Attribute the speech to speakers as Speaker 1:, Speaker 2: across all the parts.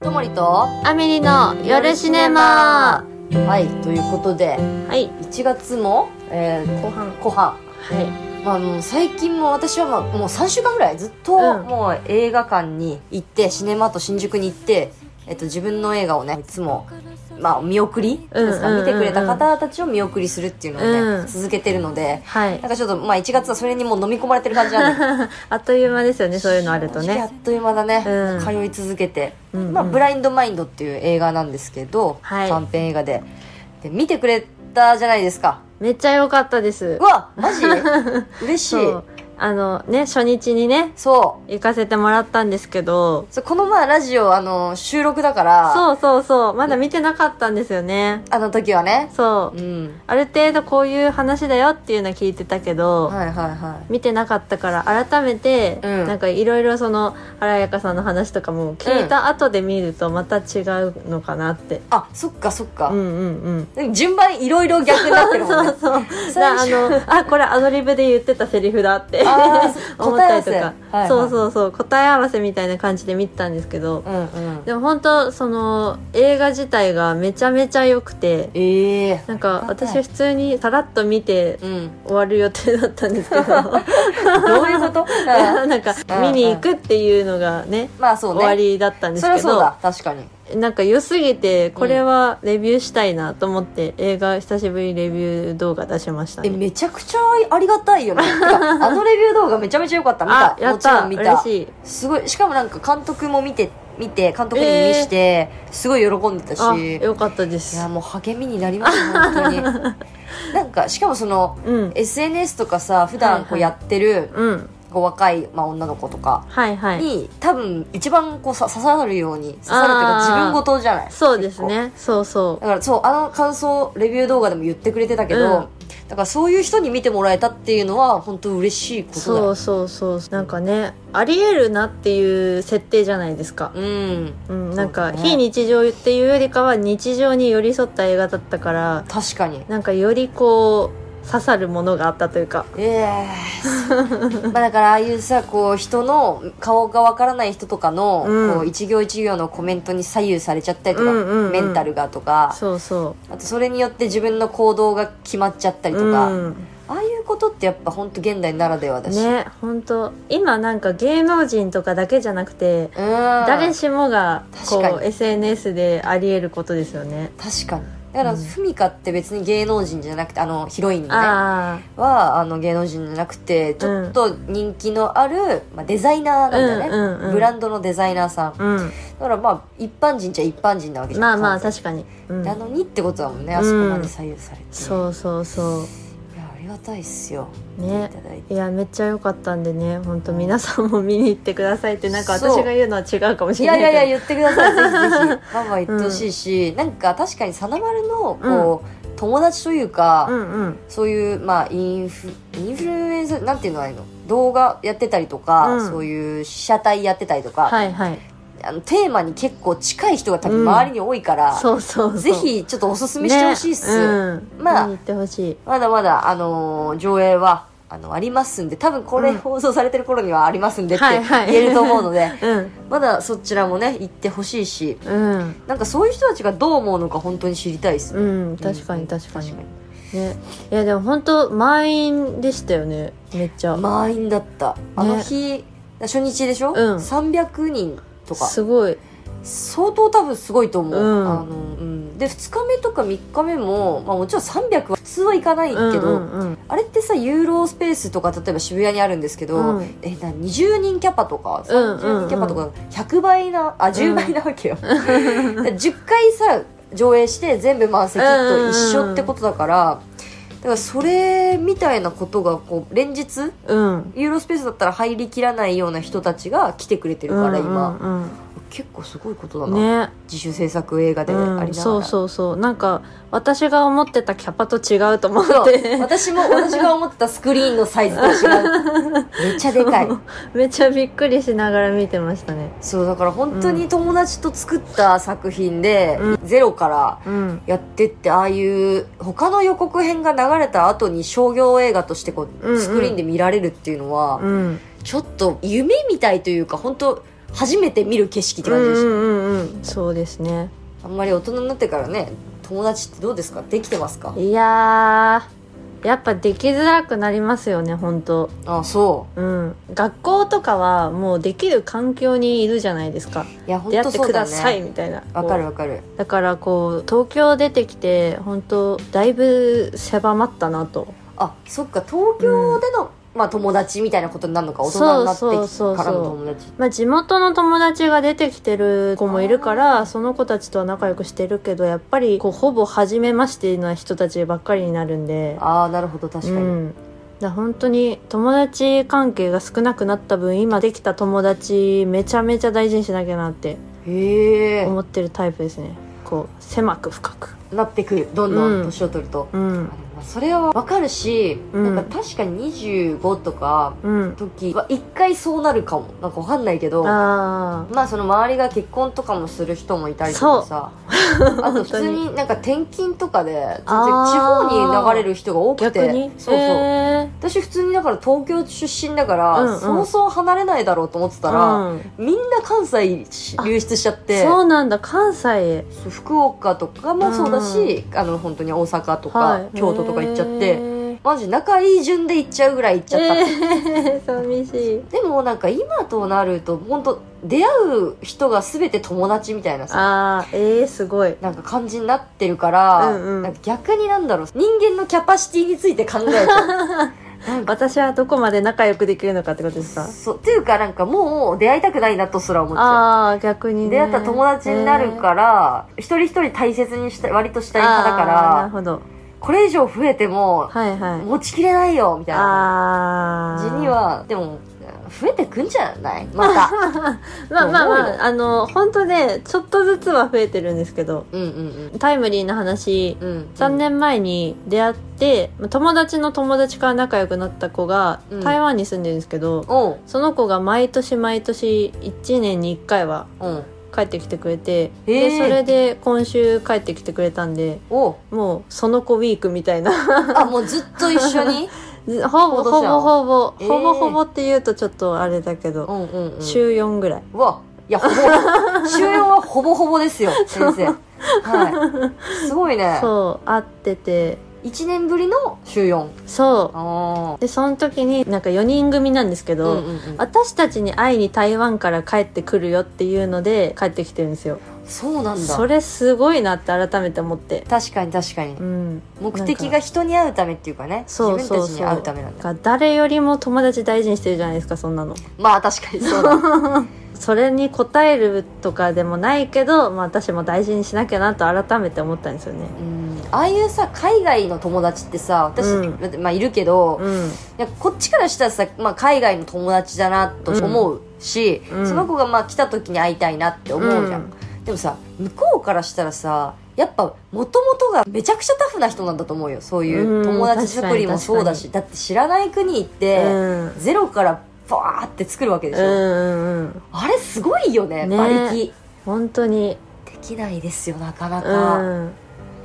Speaker 1: ともりと
Speaker 2: アメリの夜シネマ
Speaker 1: はいということで
Speaker 2: はい
Speaker 1: 1月も、えー
Speaker 2: 後半
Speaker 1: 後半
Speaker 2: はい
Speaker 1: まあもう最近も私はまあもう3週間ぐらいずっと
Speaker 2: うん
Speaker 1: もう映画館に行ってシネマと新宿に行って、えっと、自分の映画をねいつも、まあ、見送りですか、
Speaker 2: うんうんうんうん
Speaker 1: 見てくれた方たちを見送りするっていうのをね、
Speaker 2: うん
Speaker 1: 続けてるので
Speaker 2: はい
Speaker 1: なんかちょっとまあ1月はそれにもう飲み込まれてる感じなんで
Speaker 2: あっという間ですよねそういうのあると
Speaker 1: 正直あ
Speaker 2: ね
Speaker 1: っという間だね、
Speaker 2: うん
Speaker 1: 通い続けて、
Speaker 2: うんうん
Speaker 1: まあ、ブラインドマインドっていう映画なんですけど、
Speaker 2: はい
Speaker 1: 短編映画でで見てくれたじゃないですか
Speaker 2: めっちゃ良かったです
Speaker 1: うわマ ジ嬉しい
Speaker 2: そうあのね初日にね
Speaker 1: そう
Speaker 2: 行かせてもらったんですけど
Speaker 1: そうこのまあラジオあの収録だから
Speaker 2: そうそうそうまだ見てなかったんですよね
Speaker 1: あの時はね
Speaker 2: そううんある程度こういう話だよっていうのは聞いてたけど、
Speaker 1: はいはいはい
Speaker 2: 見てなかったから改めて、
Speaker 1: うん
Speaker 2: なんかいろいろその原彩香さんの話とかも聞いた後で見るとまた違うのかなって、
Speaker 1: あそっかそっ
Speaker 2: う
Speaker 1: か、
Speaker 2: ん、うんうん
Speaker 1: 順番いろいろ逆になってるもんね
Speaker 2: そうそう
Speaker 1: 最
Speaker 2: だあ
Speaker 1: 初
Speaker 2: のあこれアドリブで言ってたセリフだって
Speaker 1: あー
Speaker 2: 思ったりと
Speaker 1: 答え合
Speaker 2: か
Speaker 1: わ、せはいはい
Speaker 2: そうそうそう答え合わせみたいな感じで見てたんですけど、
Speaker 1: うんうん
Speaker 2: でも本当その映画自体がめちゃめちゃ良くて
Speaker 1: ええ
Speaker 2: なんか
Speaker 1: よかった
Speaker 2: 私普通にさらっと見て
Speaker 1: うん
Speaker 2: 終わる予定だったんですけど
Speaker 1: どういうことうん
Speaker 2: なんか
Speaker 1: うん
Speaker 2: 見に行くっていうのがね
Speaker 1: まあそうね
Speaker 2: 終わりだったんで
Speaker 1: そ
Speaker 2: す
Speaker 1: れは
Speaker 2: け
Speaker 1: そう
Speaker 2: ど
Speaker 1: だ確かに
Speaker 2: なんか良すぎてこれはレビューしたいなと思って映画久しぶりレビュー動画出しました
Speaker 1: え
Speaker 2: ね
Speaker 1: めちゃくちゃありがた いよねてかあのレビュー動画めちゃめちゃ良かった見
Speaker 2: あ
Speaker 1: た
Speaker 2: や
Speaker 1: も
Speaker 2: っ
Speaker 1: ちろ
Speaker 2: た
Speaker 1: ん見た
Speaker 2: 嬉しい
Speaker 1: すごいしかもなんか監督も見て見て監督に見して、すごい喜んでたし
Speaker 2: あよかったで
Speaker 1: い
Speaker 2: す
Speaker 1: やもう励みになりました本当 になんかしかもその
Speaker 2: うん
Speaker 1: SNS とかさ普段こう
Speaker 2: はいは
Speaker 1: や
Speaker 2: い
Speaker 1: ってる
Speaker 2: うん
Speaker 1: こう若い、まあ、女の子とか
Speaker 2: はいはい
Speaker 1: に多分一番こうさ刺さるように刺さるっていうか
Speaker 2: あー
Speaker 1: 自分事じゃない
Speaker 2: そうで
Speaker 1: 結
Speaker 2: すねそうそ
Speaker 1: 構だからそうあの感想レビュー動画でも言ってくれてたけど、
Speaker 2: うん
Speaker 1: だからそういう人に見てもらえたっていうのは本当嬉しいこ
Speaker 2: う
Speaker 1: とだ
Speaker 2: そ
Speaker 1: よ
Speaker 2: うそうそうなんかねありえるなっていう設定じゃないですか
Speaker 1: うん
Speaker 2: うん、なんか
Speaker 1: そうだね
Speaker 2: 非日常っていうよりかは日常に寄り添った映画だったから
Speaker 1: 確かに
Speaker 2: なんかよりこう刺さるものがあったというか
Speaker 1: ええ まあだからああいうさこう人の顔がわからない人とかの、
Speaker 2: うん
Speaker 1: こう一行一行のコメントに左右されちゃったりとか、
Speaker 2: うんうんうん
Speaker 1: メンタルがとか
Speaker 2: そうそ
Speaker 1: あとそれによって自分の行動が決まっちゃった
Speaker 2: う
Speaker 1: りとか、
Speaker 2: うん、
Speaker 1: ああいうことってやっぱ本当現代ならではだし、
Speaker 2: ね本当今なんか芸能人とかだけじゃなくて
Speaker 1: うん
Speaker 2: 誰しもがこ
Speaker 1: 確か
Speaker 2: う
Speaker 1: に
Speaker 2: SNS でありえることですよね
Speaker 1: 確かにだから
Speaker 2: うん
Speaker 1: ふみかって別に芸能人じゃなくてあのヒロインのね
Speaker 2: あ
Speaker 1: はあの芸能人じゃなくてちょっと人気のある、まあ、デザイナーなんだよね、
Speaker 2: うんうんうん
Speaker 1: ブランドのデザイナーさん
Speaker 2: あうん
Speaker 1: だからまあ一般人じゃ一般人なわけじゃん
Speaker 2: まあまあ
Speaker 1: 完
Speaker 2: 確かに、う
Speaker 1: 全
Speaker 2: ん
Speaker 1: に、なのにってことだもんねあそこまで左右されて、
Speaker 2: そうそうそ
Speaker 1: いやありがたいっすよ
Speaker 2: う
Speaker 1: い
Speaker 2: ね
Speaker 1: ただいて
Speaker 2: いやめっちゃ良かったんでね本当皆さんも見に行ってくださいってなんか
Speaker 1: そう
Speaker 2: 私が言うのは違うかもし
Speaker 1: い
Speaker 2: れな
Speaker 1: や
Speaker 2: い
Speaker 1: い
Speaker 2: けど
Speaker 1: やいや言ってくださいぜひ ぜひバンバン言ってほしいし、なんか確かにさなまるのこう、友達というか、
Speaker 2: うんうん
Speaker 1: そういうまあインフインフルエンサーなんていうのがいいの動画やってたりとか、
Speaker 2: うん
Speaker 1: そういう被写体やってたりとか、
Speaker 2: はいはい
Speaker 1: あのテーマに結構近い人が多分
Speaker 2: うん
Speaker 1: 周りに多いから、
Speaker 2: そうそうそう
Speaker 1: ぜひちょっとおすすめしてほしいっす、
Speaker 2: ねうん、
Speaker 1: まあ
Speaker 2: 見に行ってほしい
Speaker 1: まだまだ、あのー上映は、あの、ありますんで、多分これ
Speaker 2: うん
Speaker 1: 放送されてる頃にはありますんでって
Speaker 2: はいはい
Speaker 1: 言えると思うので、
Speaker 2: うん
Speaker 1: まだそちらもね、行ってほしいし、
Speaker 2: うん
Speaker 1: なんかそういう人たちがどう思うのか本当に知りたいですね。
Speaker 2: うん確かに確かにねいやでも本当満員でしたよねめっちゃ、
Speaker 1: 満員だった。あの日、初日でしょ、
Speaker 2: うん
Speaker 1: ?300 人とか。
Speaker 2: すごい
Speaker 1: 相当多分すごいと思う。
Speaker 2: うん
Speaker 1: あのうん、で、2日目とか3日目も、まあもちろん300は普通はいかないけど、
Speaker 2: うんうんうん、
Speaker 1: あれってさユーロスペースとか例えば渋谷にあるんですけど、
Speaker 2: うん
Speaker 1: えな20人キャパとか
Speaker 2: うんうんう
Speaker 1: 30
Speaker 2: ん
Speaker 1: 人キャパとか100倍なあ10倍なわけ よ、10回さ上映して全部満席と一緒ってことだから、だからそれみたいなことがこう連日
Speaker 2: うん
Speaker 1: ユーロスペースだったら入りきらないような人たちが来てくれてるから今、
Speaker 2: うん
Speaker 1: 結構すごいことだ
Speaker 2: うん
Speaker 1: な、
Speaker 2: うん、ね
Speaker 1: 自主制作映画でありながら、
Speaker 2: うん、そうそうそうなんか私が思ってたキャパと違うと思っ
Speaker 1: そう
Speaker 2: て
Speaker 1: 私も私が思ってたスクリーンのサイズと 違うめっちゃでかい
Speaker 2: めっちゃびっくりしながら見てましたね
Speaker 1: そうだから本当に友達と作った作品で、
Speaker 2: う
Speaker 1: ゼロから
Speaker 2: うん
Speaker 1: やってってああいう他の予告編が流れた後に商業映画としてこ
Speaker 2: うんう
Speaker 1: うんスクリーンで見られるっていうのは、
Speaker 2: うん
Speaker 1: ちょっと夢みたいというか本当初めて見る景色って
Speaker 2: うん
Speaker 1: 感じで
Speaker 2: う
Speaker 1: した、
Speaker 2: んうんうんそうですね
Speaker 1: あんまり大人になってからね友達ってどうですかできてますか
Speaker 2: いやーやっぱできづらくなりますよね本当
Speaker 1: あそ
Speaker 2: うん学校とかはもうできる環境にいるじゃないですか
Speaker 1: ういや本
Speaker 2: 出会
Speaker 1: 当
Speaker 2: って
Speaker 1: そう
Speaker 2: く
Speaker 1: だ
Speaker 2: ださい
Speaker 1: ね
Speaker 2: みたいな
Speaker 1: わかるわかる
Speaker 2: だからこう東京出てきて本当だいぶ狭まったなと
Speaker 1: あそっか東京での、まあ、友達みたいなことになるのか大人になって
Speaker 2: そうそうそうそう
Speaker 1: きからの友達
Speaker 2: まあ地元の友達が出てきてる子もいるからその子たちとは仲良くしてるけどやっぱりこうほぼ初めましてな人たちばっかりになるんで
Speaker 1: ああなるほど確かに、
Speaker 2: うん、だから本当に友達関係が少なくなった分今できた友達めちゃめちゃ大事にしなきゃなって
Speaker 1: へえ
Speaker 2: 思ってるタイプですねこう狭く深く
Speaker 1: なってくるどんど
Speaker 2: うん
Speaker 1: ん年を取ると、
Speaker 2: うん
Speaker 1: まあそれはわかるし、
Speaker 2: うん
Speaker 1: なんか確かに25とか
Speaker 2: うん
Speaker 1: 時は一回そうなるかもなんかわかんないけど
Speaker 2: あ
Speaker 1: まあその周りが結婚とかもする人もいたりとかさ あと普通になんか転勤とかで全然地
Speaker 2: あー
Speaker 1: 方に流れる人が多
Speaker 2: ー
Speaker 1: くて
Speaker 2: 逆に
Speaker 1: そうそう、
Speaker 2: へー
Speaker 1: 私普通にだから東京出身だから、
Speaker 2: うんうん
Speaker 1: そうそう離れないだろうと思ってたら、
Speaker 2: うん
Speaker 1: みんな関西流出しちゃって
Speaker 2: そうなんだ関西へ
Speaker 1: そう福岡とかもそうだし、あの本当に大阪とか、
Speaker 2: はい
Speaker 1: 京都とか行っちゃっ
Speaker 2: へ
Speaker 1: て
Speaker 2: ー
Speaker 1: マジ仲いい順で行っちゃうぐらい行っちゃった、
Speaker 2: えー寂しい
Speaker 1: でもなんか今となると本当出会う人が全て友達みたいなさ
Speaker 2: あーえー、すごい
Speaker 1: なんか感じになってるから、
Speaker 2: うんうん
Speaker 1: なんか逆になんだろう人間のキャパシティについて考えち ゃうなんか
Speaker 2: 私はどこまで仲良くできるのかってことですか
Speaker 1: そうっていうかなんかもう出会いたくないなとすら思っちゃう
Speaker 2: ああ逆にね
Speaker 1: 出会った友達になるから、一人一人大切にした割としたい派だか
Speaker 2: あーなる
Speaker 1: ら
Speaker 2: ほど
Speaker 1: これ以上増えても
Speaker 2: はいはい
Speaker 1: 持ちきれないよみたいな
Speaker 2: ああ
Speaker 1: 感じにはでも増えてくんじゃないまた
Speaker 2: まあまあ
Speaker 1: 思う
Speaker 2: まああの本当ねちょっとずつは増えてるんですけど
Speaker 1: うんうん
Speaker 2: タイムリーな話、
Speaker 1: うんうん
Speaker 2: 3年前に出会って友達の友達から仲良くなった子が
Speaker 1: うん
Speaker 2: 台湾に住んでるんですけど、
Speaker 1: おう
Speaker 2: その子が毎年毎年1年に1回は
Speaker 1: うん
Speaker 2: 帰ってきてくれて
Speaker 1: へ
Speaker 2: で
Speaker 1: ー
Speaker 2: それで今週帰ってきてくれたんで
Speaker 1: お う
Speaker 2: もうその子ウィークみたいな
Speaker 1: あもうずっと一緒 に
Speaker 2: ずほぼ
Speaker 1: ほぼ
Speaker 2: ほ
Speaker 1: じゃ
Speaker 2: ぼ
Speaker 1: ん
Speaker 2: ほぼ、
Speaker 1: えー
Speaker 2: ほぼほぼって言うとちょっとあれだけ
Speaker 1: うん
Speaker 2: ど、
Speaker 1: うんうん
Speaker 2: 週4ぐらいう
Speaker 1: わいやほぼ週4はほぼほぼ ですよ先生はいすごいね
Speaker 2: そう会ってて
Speaker 1: 1年ぶりの週4
Speaker 2: そう
Speaker 1: ああ
Speaker 2: でその時になんか4人組なんですけど、
Speaker 1: うんうんうん、あ
Speaker 2: 私たちに会いに台湾から帰ってくるよっていうので帰ってきてるんですよ
Speaker 1: そうなん
Speaker 2: そ
Speaker 1: だ
Speaker 2: れすごいなって改めて思って
Speaker 1: 確かに確かに
Speaker 2: うん
Speaker 1: 目的が人に会うためっていうかね
Speaker 2: そう
Speaker 1: 自
Speaker 2: そ
Speaker 1: 分
Speaker 2: う
Speaker 1: たち
Speaker 2: そう
Speaker 1: に会うためなんだ
Speaker 2: が誰よりも友達大事にしてるじゃないですかそんなの
Speaker 1: まあ確かにそう だ
Speaker 2: それに応えるとかでもないけど、まあ、私も大事にしなきゃなと改めて思ったんですよね
Speaker 1: うんああいうさ海外の友達ってさ私、
Speaker 2: うん
Speaker 1: だってまあいるけど、い
Speaker 2: うん
Speaker 1: やこっちからしたらさ、まあ、海外の友達だなと思うし、
Speaker 2: うん
Speaker 1: その子がまあ来た時に会いたいなって思うじゃん、でもさ向こうからしたらさやっぱもともとがめちゃくちゃタフな人なんだと思うよそういううん友達作りもそうだしだって知らない国行って、ゼロからバーって作るわけでし
Speaker 2: うんう
Speaker 1: ょ、
Speaker 2: んうん
Speaker 1: あれすごいよね
Speaker 2: ね
Speaker 1: 馬力
Speaker 2: 本当に
Speaker 1: できないですよなかな
Speaker 2: う
Speaker 1: か、
Speaker 2: ん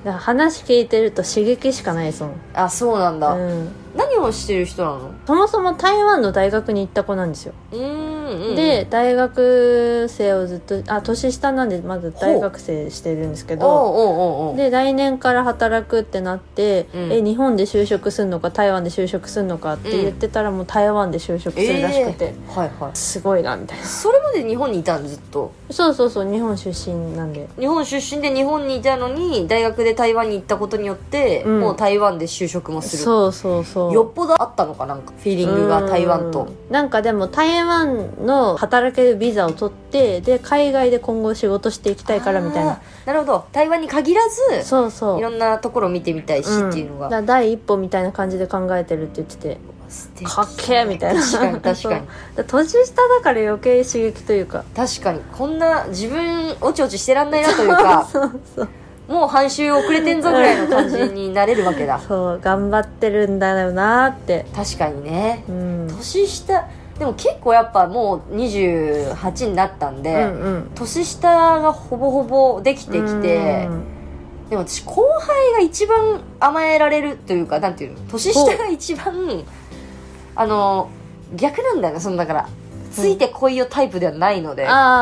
Speaker 2: だから話聞いてると刺激しかないですもん、
Speaker 1: あそうなんだ、
Speaker 2: うん、
Speaker 1: 何をしてる人なの
Speaker 2: そもそも台湾の大学に行った子なんですよ、
Speaker 1: うーん
Speaker 2: で大学生をずっとあ年下なんでまず大学生してるんですけ
Speaker 1: おう
Speaker 2: ど
Speaker 1: おうおうおう
Speaker 2: で来年から働くってなって、
Speaker 1: うん
Speaker 2: え日本で就職するのか台湾で就職するのかって言ってたら、もう台湾で就職するらしくて、
Speaker 1: はいは
Speaker 2: すごいなみたいない
Speaker 1: それまで日本にいたのずっと
Speaker 2: そうそうそう日本出身なんで
Speaker 1: 日本出身で日本にいたのに大学で台湾に行ったことによって、
Speaker 2: うん
Speaker 1: もう台湾で就職もする
Speaker 2: そうそうそう
Speaker 1: よっぽどあったのかなんかフィーリングが台湾と
Speaker 2: うんなんかでも台湾の働けるビザを取ってで海外で今後仕事していきたいからみたい
Speaker 1: あ
Speaker 2: な
Speaker 1: ーなるほど台湾に限らず
Speaker 2: そうそう
Speaker 1: いろんなところ見てみたいし
Speaker 2: うん
Speaker 1: っていうの
Speaker 2: だ
Speaker 1: が、
Speaker 2: から第一歩みたいな感じで考えてるって言ってて
Speaker 1: 素敵
Speaker 2: かっけえみたいな
Speaker 1: 確かに確か
Speaker 2: そ
Speaker 1: に
Speaker 2: うだから年下だから余計刺激というか
Speaker 1: 確かにこんな自分おちおちしてらんないなという かもう半周遅れてんぞぐらいの感じになれるわけだ
Speaker 2: そう頑張ってるんだよなって
Speaker 1: 確かにね
Speaker 2: うん、
Speaker 1: 年下でも結構やっぱもう28になったん
Speaker 2: う
Speaker 1: で、
Speaker 2: んうん
Speaker 1: 年下がほぼほぼできてきて、
Speaker 2: うん
Speaker 1: でも私後輩が一番甘えられるというかなんていうの年下が一番あの逆なんだよねそのだからついてこいよタイプではないので、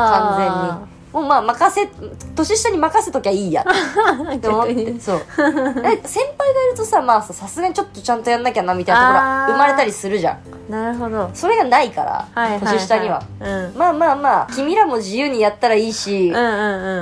Speaker 1: 完全に
Speaker 2: あ
Speaker 1: もうまあ任せ年下に任せときゃいいや
Speaker 2: ー
Speaker 1: って思っ
Speaker 2: 逆
Speaker 1: て
Speaker 2: に
Speaker 1: そうえ先輩がいるとさまあささすがにちょっとちゃんとやんなきゃなみたいな
Speaker 2: あ
Speaker 1: ところ生
Speaker 2: ー
Speaker 1: まれたりするじゃん
Speaker 2: なるほど、はい
Speaker 1: それがないから、
Speaker 2: はいはい、
Speaker 1: 年下には
Speaker 2: うん、うん
Speaker 1: まあまあまあ君らも自由にやったらいいし、
Speaker 2: うんう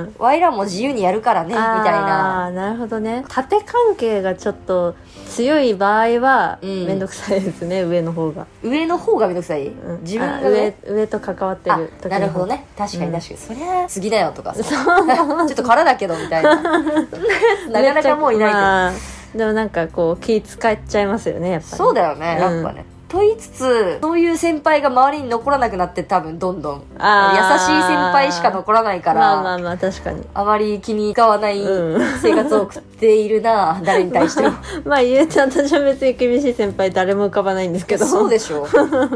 Speaker 2: ん
Speaker 1: わいらも自由にやるからねみたいな
Speaker 2: あーなるほどね縦関係がちょっと強い場合は
Speaker 1: うん
Speaker 2: 面倒くさいですね、上の方が、
Speaker 1: 上の方がめんどくさい、
Speaker 2: うん、
Speaker 1: 自分
Speaker 2: あ
Speaker 1: がね
Speaker 2: 上上と関わって
Speaker 1: あ
Speaker 2: る時の方
Speaker 1: なるほどね確かに確かに、そりゃ次だよ とかさちょっと空だけどみたいなそんなやつなかなかもういないけど、
Speaker 2: まあでもなんかこう気使っちゃいますよねやっぱり
Speaker 1: そうだよね、
Speaker 2: うん
Speaker 1: やっぱねと言いつつそういう先輩が周りに残らなくなって多分どんどん優しい
Speaker 2: あー
Speaker 1: 先輩しか残らないから、
Speaker 2: まあ
Speaker 1: あ
Speaker 2: まあまあ確かに
Speaker 1: まり気に使わない
Speaker 2: うん
Speaker 1: 生活を送っている な、誰に対しても
Speaker 2: まあゆうちゃん私は別に厳しい先輩誰も浮かばないんですけど
Speaker 1: そうでし ょ結局なん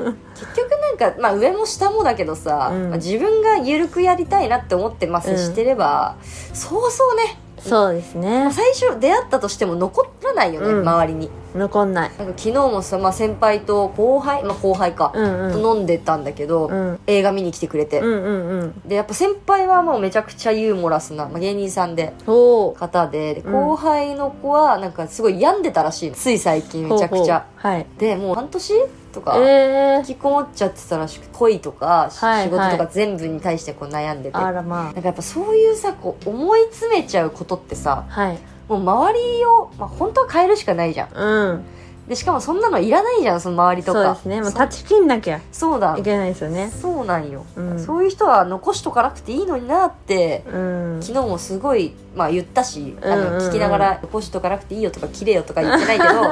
Speaker 1: か、まあ、上も下もだけどさ、
Speaker 2: うん
Speaker 1: まあ自分が緩くやりたいなって思ってまあ接してれば、そうそうね
Speaker 2: そうですね
Speaker 1: 最初出会ったとしても残らないよね、
Speaker 2: うん
Speaker 1: 周りに
Speaker 2: 残んない
Speaker 1: なんか昨日もさ、まあ、先輩と後輩、まあ、後輩か、
Speaker 2: うんうん
Speaker 1: と飲んでたんだけど、
Speaker 2: うん
Speaker 1: 映画見に来てくれて、
Speaker 2: うんうんうん
Speaker 1: でやっぱ先輩はもうめちゃくちゃユーモラスな、まあ、芸人さんで
Speaker 2: おお
Speaker 1: 方でで
Speaker 2: うん
Speaker 1: 後輩の子はなんかすごい病んでたらしいのつい最近めちゃくちゃ
Speaker 2: はい
Speaker 1: でもう半年とか、
Speaker 2: え
Speaker 1: 引
Speaker 2: ー、
Speaker 1: きこもっちゃってたらしくて恋とかし
Speaker 2: はい
Speaker 1: 仕事と
Speaker 2: は
Speaker 1: か
Speaker 2: い
Speaker 1: 全部に対してこう悩んでて、
Speaker 2: あらま
Speaker 1: なんかやっぱそういうさこう思い詰めちゃうことってさ
Speaker 2: あはい
Speaker 1: もう周りを、まあ、本当は変えるしかないじゃん
Speaker 2: うん
Speaker 1: でしかもそんなのいらないじゃんその周りと
Speaker 2: そう
Speaker 1: か
Speaker 2: ですねもう断ち切んなきゃ
Speaker 1: そそうだ
Speaker 2: いけないですよね
Speaker 1: そうなんよ、
Speaker 2: うん
Speaker 1: そういう人は残しとかなくていいのになって
Speaker 2: うん
Speaker 1: 昨日もすごい、まあ、言ったし、あ
Speaker 2: うんうん
Speaker 1: の
Speaker 2: うん
Speaker 1: 聞きながら「残しとかなくていいよ」とか「綺麗よ」とか言ってないけど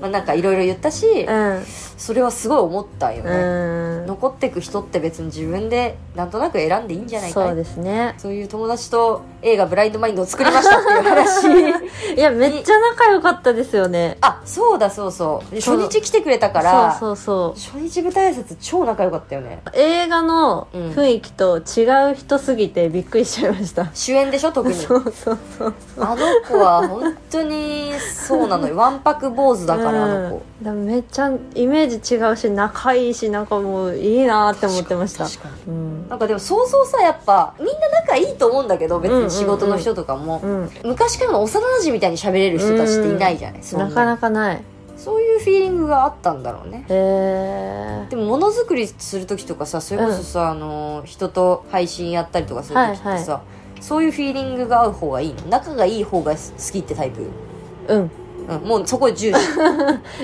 Speaker 1: まあなんかいろいろ言ったし、
Speaker 2: うん
Speaker 1: それはすごい思ったよね、
Speaker 2: うん
Speaker 1: 残ってく人って別に自分でなんとなく選んでいいんじゃないかい
Speaker 2: そうですね
Speaker 1: そういう友達と映画「ブラインドマインド」を作りましたっていう 話
Speaker 2: いやめっちゃ仲良かったですよね
Speaker 1: あそうだそうそうで
Speaker 2: そ
Speaker 1: 初
Speaker 2: う
Speaker 1: 日来てくれたから
Speaker 2: そうそうそう
Speaker 1: 初日舞台挨拶超仲良かったよね
Speaker 2: 映画の
Speaker 1: うん
Speaker 2: 雰囲気と違う人すぎてびっくりしちゃいました、
Speaker 1: 主演でしょ特に
Speaker 2: そうそうそう
Speaker 1: あの子は本当にそうなの よわんぱく坊主だからあの
Speaker 2: うん
Speaker 1: 子
Speaker 2: だからめっちゃイメージ違うし仲いいしなんかもういいなって思ってました
Speaker 1: 確かに
Speaker 2: うん
Speaker 1: なんかでもそうそうさやっぱみんな仲いいと思うんだけど別に仕事の人とかも、
Speaker 2: うん
Speaker 1: 昔からの幼馴染みたいに喋れる人たちっていないじゃない、そんな
Speaker 2: なかなかない
Speaker 1: そういうフィーリングがあったんだろうね
Speaker 2: へえ
Speaker 1: でもものづくりする時とかさそれこそさ、あの人と配信やったりとかする時ってさ、
Speaker 2: はい
Speaker 1: そういうフィーリングが合う方がいいの仲がいい方が好きってタイプ、
Speaker 2: うん
Speaker 1: うん、もうそこ 重視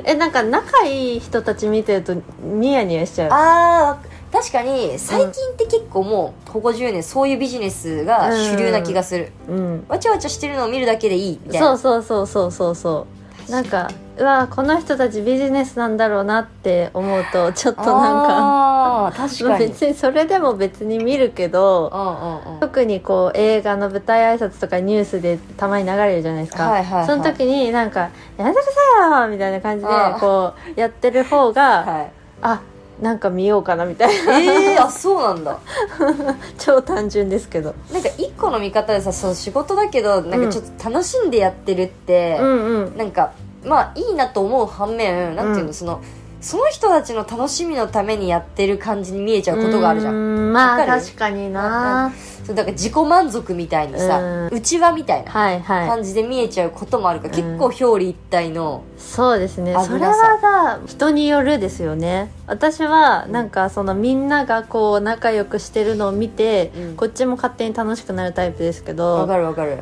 Speaker 2: えなんか仲いい人たち見てるとニヤニヤしちゃう
Speaker 1: ああ確かに最近って結構もうここ10年そういうビジネスが主流な気がする、
Speaker 2: うん
Speaker 1: わちゃわちゃしてるのを見るだけでいいみたい
Speaker 2: そう
Speaker 1: な
Speaker 2: そうそうそうそうそうなんかうわこの人たちビジネスなんだろうなって思うとちょっとなんか
Speaker 1: あー確かに
Speaker 2: 別にそれでも別に見るけど
Speaker 1: うんうんうん
Speaker 2: 特にこう映画の舞台挨拶とかニュースでたまに流れるじゃないですか、
Speaker 1: はいはいはい
Speaker 2: その時になんか「やめてくださいよ!」みたいな感じで
Speaker 1: あー
Speaker 2: こうやってる方が、
Speaker 1: はい
Speaker 2: あなんか見ようかなみたいな
Speaker 1: えー、あそうなんだ
Speaker 2: 超単純ですけど
Speaker 1: なんか一個の見方でさその仕事だけどなんかちょっと楽しんでやってるって
Speaker 2: う、んうん
Speaker 1: なんかまあいいなと思う反面なんていうの、
Speaker 2: うん
Speaker 1: そのその人たちの楽しみのためにやってる感じに見えちゃうことがあるじゃん
Speaker 2: んま
Speaker 1: わ
Speaker 2: あ
Speaker 1: かる
Speaker 2: 確かに
Speaker 1: な
Speaker 2: な
Speaker 1: そうだから自己満足みたいにさうちわみたいな
Speaker 2: はいはい
Speaker 1: 感じで見えちゃうこともあるから、
Speaker 2: うん
Speaker 1: 結構表裏一体の
Speaker 2: そうですね
Speaker 1: 危なさ
Speaker 2: それはさ人によるですよね私はなんかそのみんながこう仲良くしてるのを見て、
Speaker 1: うん
Speaker 2: こっちも勝手に楽しくなるタイプですけ
Speaker 1: わ
Speaker 2: ど
Speaker 1: かるわかる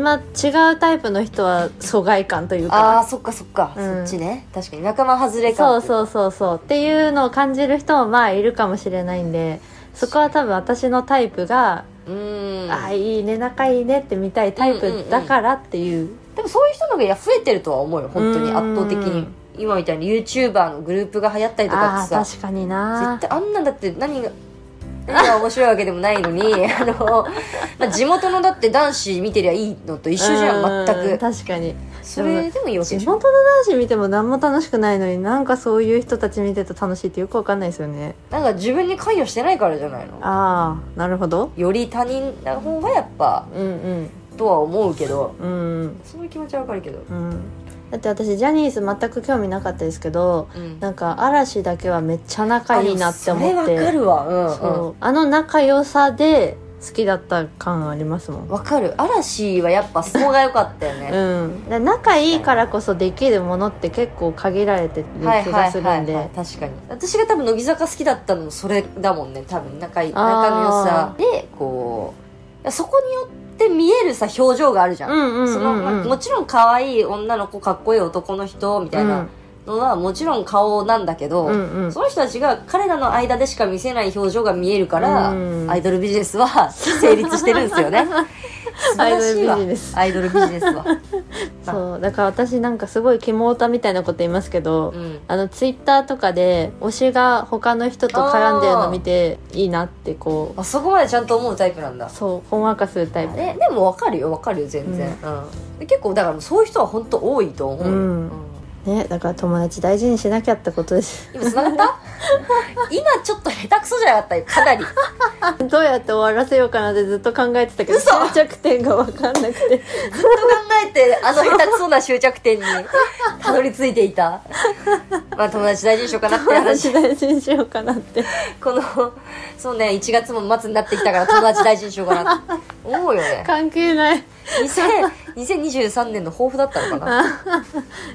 Speaker 2: まあ違うタイプの人は疎外感という
Speaker 1: あ
Speaker 2: か
Speaker 1: ーそっかそっか、
Speaker 2: うん
Speaker 1: そっちね確かに仲間外れ
Speaker 2: そ
Speaker 1: 感
Speaker 2: うそうそうそうっていうのを感じる人もまあいるかもしれないんでそこは多分私のタイプが、
Speaker 1: うーん
Speaker 2: ああいいね仲いいねって見たいタイプだからっていう,、
Speaker 1: でもそういう人の方が増えてるとは思うよ本当に
Speaker 2: うん
Speaker 1: 圧倒的に今みたいに YouTuber のグループが流行ったりとかっ
Speaker 2: ああ
Speaker 1: てさ
Speaker 2: 確かにな
Speaker 1: 絶対あんなんだって何が何が面白いわけでもないの にあの、まあ、地元のだって男子見てりゃいいのと一緒じゃん
Speaker 2: う
Speaker 1: 全く
Speaker 2: 確かに
Speaker 1: それでもいいわけ
Speaker 2: 地
Speaker 1: でし
Speaker 2: 元
Speaker 1: ょ
Speaker 2: の男子見ても何も楽しくないのになんかそういう人たち見てて楽しいってよくわかんないですよね
Speaker 1: なんか自分に関与してないからじゃないの
Speaker 2: ああなるほど
Speaker 1: より他人な方がやっぱ
Speaker 2: うん
Speaker 1: とは思うけど
Speaker 2: うんうん
Speaker 1: その気持ちはわかるけど
Speaker 2: うんだって私ジャニーズ全く興味なかったですけど
Speaker 1: うん
Speaker 2: なんか嵐だけはめっちゃ仲いいなって思っ
Speaker 1: あでもそれわか
Speaker 2: て
Speaker 1: るわうんうん
Speaker 2: そうあの仲良さで好きだった感ありますもん
Speaker 1: わかる嵐はやっぱそこが良かったよね、
Speaker 2: うん、だ仲いいからこそできるものって結構限られてる気がするんで
Speaker 1: 確かに私が多分乃木坂好きだったのもそれだもんね多分仲いい
Speaker 2: あー
Speaker 1: 仲の良さでこうそこによって見えるさ表情があるじゃん,、
Speaker 2: うんうん
Speaker 1: その
Speaker 2: うん
Speaker 1: ま
Speaker 2: う
Speaker 1: あ
Speaker 2: ん
Speaker 1: もちろん可愛い女の子かっこいい男の人みたいなのはもちろん顔なんだけど、
Speaker 2: うんうん
Speaker 1: その人たちが彼らの間でしか見せない表情が見えるから、
Speaker 2: うん
Speaker 1: アイドルビジネスは 成立してるんですよね素晴らしいわ
Speaker 2: アイドルビジネス
Speaker 1: アイドルビジネスは、
Speaker 2: そうだから私なんかすごい肝オタみたいなこと言いますけど、
Speaker 1: うん、
Speaker 2: あのツイッターとかで推しが他の人と絡んでるの見ていいなってこ
Speaker 1: あそこまでちゃんと思うタイプなんだ
Speaker 2: うそうほんわかするタイプ
Speaker 1: ね、でも分かるよ分かるよ全然、うんで結構だからそういう人は本当多いと思う、
Speaker 2: うんねだから友達大事にしなきゃってことです
Speaker 1: 今繋がった 今ちょっと下手くそじゃなかったかなり
Speaker 2: どうやって終わらせようかなってずっと考えてたけど
Speaker 1: 嘘
Speaker 2: 終着点が分かんな くて
Speaker 1: ずっと考えてあの下手くそな終着点にたどり着いていたまあ友達大事にしようかなって
Speaker 2: 友
Speaker 1: 話
Speaker 2: 達大事にしようかなって
Speaker 1: このそうね1月も末になってきたから友達大事にしようかなって思うよね
Speaker 2: 関係ない
Speaker 1: 2000 2023年の抱負だったのかない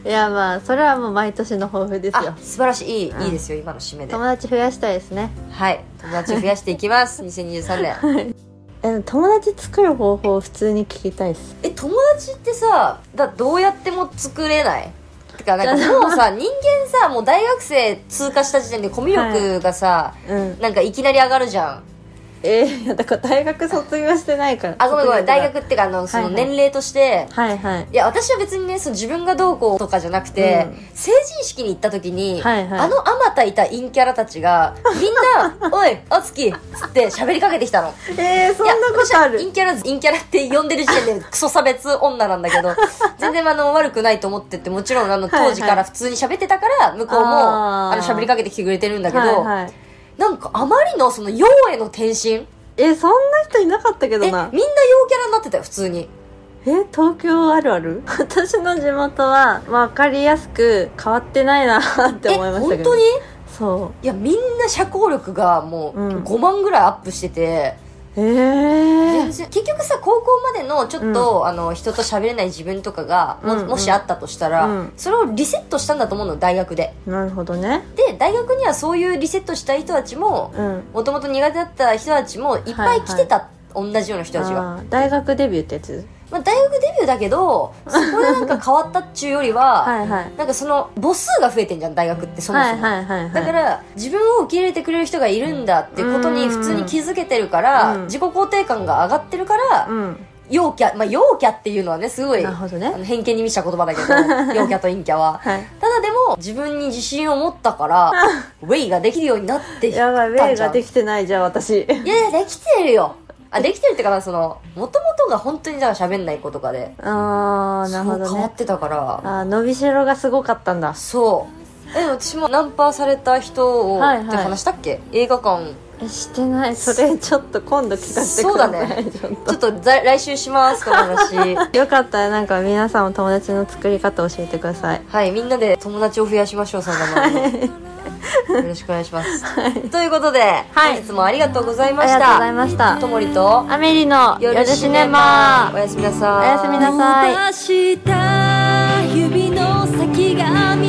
Speaker 2: やまあそれはもう毎年の抱負ですよ
Speaker 1: あ素晴らしいいい,、いいですよ今の締めで
Speaker 2: 友達増やしたいですね
Speaker 1: はい友達増やしていきます2023年
Speaker 2: え友達作る方法普通に聞きたいです
Speaker 1: え友達ってさだどうやっても作れないてかなん かもうさ人間さもう大学生通過した時点でコミュ力がさ、
Speaker 2: うん
Speaker 1: なんかいきなり上がるじゃん
Speaker 2: えー、いやだから大学卒業してないから
Speaker 1: あごめんごめん
Speaker 2: 卒
Speaker 1: 大
Speaker 2: 業だか
Speaker 1: 学ってかあのその
Speaker 2: はいはい
Speaker 1: 年齢として、い
Speaker 2: らはいはい
Speaker 1: や私は別にねその自分がどうこうとかじゃなくて、
Speaker 2: うん
Speaker 1: 成人式に行った時に、
Speaker 2: はいはい
Speaker 1: あのあまたいた陰キャラたちがみんな「 おいあつき」っつって喋りかけてきたの
Speaker 2: えー、そんなことある
Speaker 1: 陰キャラ陰キャラって呼んでる時点でクソ差別女なんだけ ど全然あの悪くないと思っててもちろんあの
Speaker 2: はいはい
Speaker 1: 当時から普通に喋ってたから向こうも
Speaker 2: あー
Speaker 1: あの喋りかけてきてくれてるんだけど、
Speaker 2: はいはい、
Speaker 1: なんかあまりのその陽への転身
Speaker 2: えーそんな人いなかったけ
Speaker 1: えみ
Speaker 2: ど
Speaker 1: んな陽
Speaker 2: な
Speaker 1: キャラになってたよ普通に
Speaker 2: えー東京ある ある私の地元は、まあ、分かりやすく変わってないなって
Speaker 1: え
Speaker 2: 思いました
Speaker 1: 本
Speaker 2: けど
Speaker 1: 当に
Speaker 2: そ
Speaker 1: いやみんな社交力がもう
Speaker 2: うん
Speaker 1: 5万ぐらいアップしてて、
Speaker 2: うえー、
Speaker 1: 全然結局さ高校までのちょっと、あの人と喋れない自分とかがも,、
Speaker 2: うんうん
Speaker 1: もしあったとしたら、
Speaker 2: うん
Speaker 1: それをリセットしたんだと思うの大学で
Speaker 2: なるほどね
Speaker 1: で大学にはそういうリセットしたい人たちも
Speaker 2: うん
Speaker 1: もともと苦手だった人たちもいっぱい来てた、同じような人たちが、
Speaker 2: あー大学デビューってやつ
Speaker 1: まあ、大学デビューだけどそこでなんか変わったっちゅうよりは、
Speaker 2: はいはい
Speaker 1: なんかその母数が増えてんじゃん大学ってそもそも、
Speaker 2: はいはいはいはい
Speaker 1: だから自分を受け入れてくれる人がいるんだってことに普通に気づけてるから、
Speaker 2: うん
Speaker 1: 自己肯定感が上がってるから、
Speaker 2: うん
Speaker 1: 陽キャまあ陽キャっていうのはねすごい
Speaker 2: なるほどね
Speaker 1: あの偏見に満ちた言葉だ けど陽キャと陰キャは
Speaker 2: はい
Speaker 1: ただでも自分に自信を持ったから ウェイができるようになってきた
Speaker 2: や
Speaker 1: ん
Speaker 2: ばいウ
Speaker 1: じゃん
Speaker 2: ェイができてないじゃあ私
Speaker 1: いやいやできてるよあできてるってかなそのもともとが本当にだから喋んない子とかで
Speaker 2: ああなるほ
Speaker 1: そう
Speaker 2: ど
Speaker 1: 変わ
Speaker 2: ね
Speaker 1: ってたから
Speaker 2: あー伸びしろがすごかったんだ
Speaker 1: そうえ私もナンパされた人を、
Speaker 2: はいはい
Speaker 1: って話したっけ映画館
Speaker 2: えしてないそれちょっと今度聞かせて
Speaker 1: そう
Speaker 2: く
Speaker 1: だ
Speaker 2: ださい
Speaker 1: ね
Speaker 2: ちょっ
Speaker 1: ちょっとざ来週しますこの 話
Speaker 2: と よかったらなんか皆さんも友達の作り方教えてください
Speaker 1: はいみんなで友達を増やしましょうそんなものよろしくお願いします、ということで、
Speaker 2: はい
Speaker 1: 本日もありがとうござい
Speaker 2: あ
Speaker 1: ま
Speaker 2: り
Speaker 1: し
Speaker 2: がとうご
Speaker 1: た
Speaker 2: ざいました
Speaker 1: ともりと
Speaker 2: アメリの夜シネ
Speaker 1: お
Speaker 2: マ
Speaker 1: やすみなさ
Speaker 2: お
Speaker 1: い
Speaker 2: やすみなさい
Speaker 1: 伸ばした指の先が見